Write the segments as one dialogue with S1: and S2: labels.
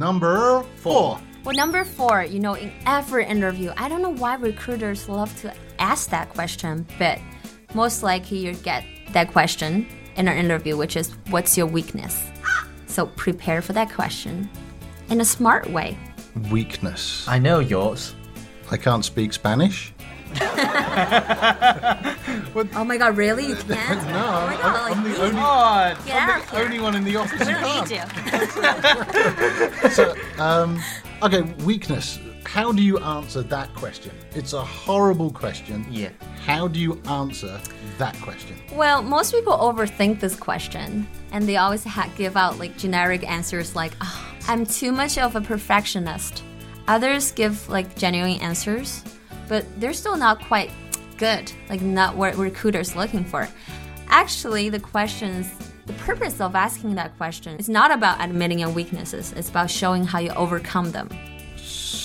S1: Number four.
S2: Well, number four, you know, in every interview, I don't know why recruiters love to ask that question, but most likely you get that question in an interview, which is, What's your weakness? So prepare for that question in a smart way.
S1: Weakness.
S3: I know yours.
S1: I can't speak Spanish.
S2: Oh my god, really? You can't? no, oh my god,
S1: I'm
S2: like,
S1: the only,
S3: God.
S2: get out of here.
S1: only one in the office.
S2: we
S1: who
S2: don't
S1: can't.
S2: need you.
S1: Okay, weakness. How do you answer that question? It's a horrible question.
S3: Yeah.
S1: How do you answer that question?
S2: Well, most people overthink this question, and they always ha- give out like generic answers like, "Ah, "I'm too much of a perfectionist." Others give like genuine answers, but they're still not quite good, like not what recruiters looking for. Actually, the questions, the purpose of asking that question is not about admitting your weaknesses; it's about showing how you overcome them.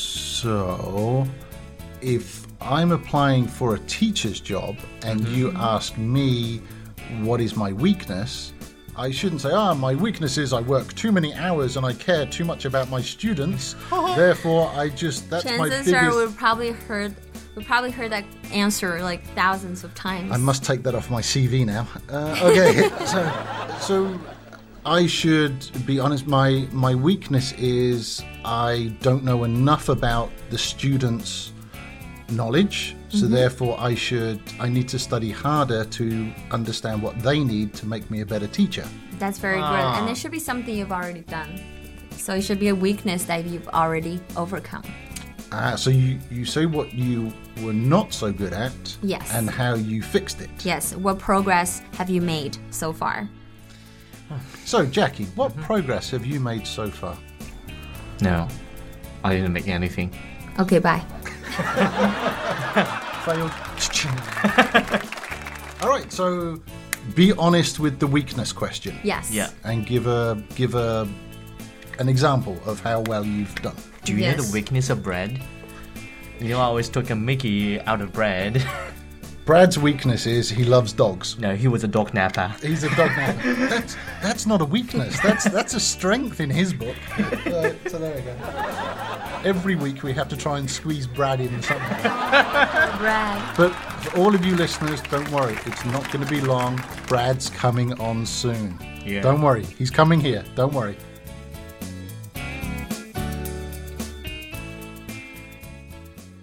S1: So, if I'm applying for a teacher's job and
S2: Mm-hmm.
S1: you ask me what is my weakness, I shouldn't say, ah, my weakness is I work too many hours and I care too much about my students. Therefore, I just, that's my
S2: Chances
S1: biggest.
S2: are, we've probably heard, we probably heard that answer like thousands of times.
S1: I must take that off my CV now. Uh, okay, so so I should be honest. My my weakness is I don't know enough about the students' knowledge. So therefore, I should I need to study harder to understand what they need to make me a better teacher.
S2: That's very good. And it should be something you've already done. So it should be a weakness that you've already overcome.
S1: Ah, so you you say what you were not so good at,
S2: Yes.
S1: and how you fixed it.
S2: Yes, what progress have you made so far?
S1: So Jackie, what progress have you made so far?
S3: No, I didn't make anything.
S2: Okay, bye.
S1: failed. All right, so be honest with the weakness question
S2: Yes.
S3: Yeah.
S1: and give a give a an example of how well you've done.
S3: Do you know
S2: Yes.
S3: the weakness of bread? You know, I always took a Mickey out of bread.
S1: Brad's weakness is he loves dogs.
S3: no, he was a dog napper.
S1: He's a dog man. that's that's not a weakness. That's that's a strength in his book. So, so there we go. Every week we have to try and squeeze Brad in somehow.
S2: Brad.
S1: But for all of you listeners, don't worry, it's not going to be long. Brad's coming on soon.
S3: Yeah.
S1: Don't worry, he's coming here. Don't worry.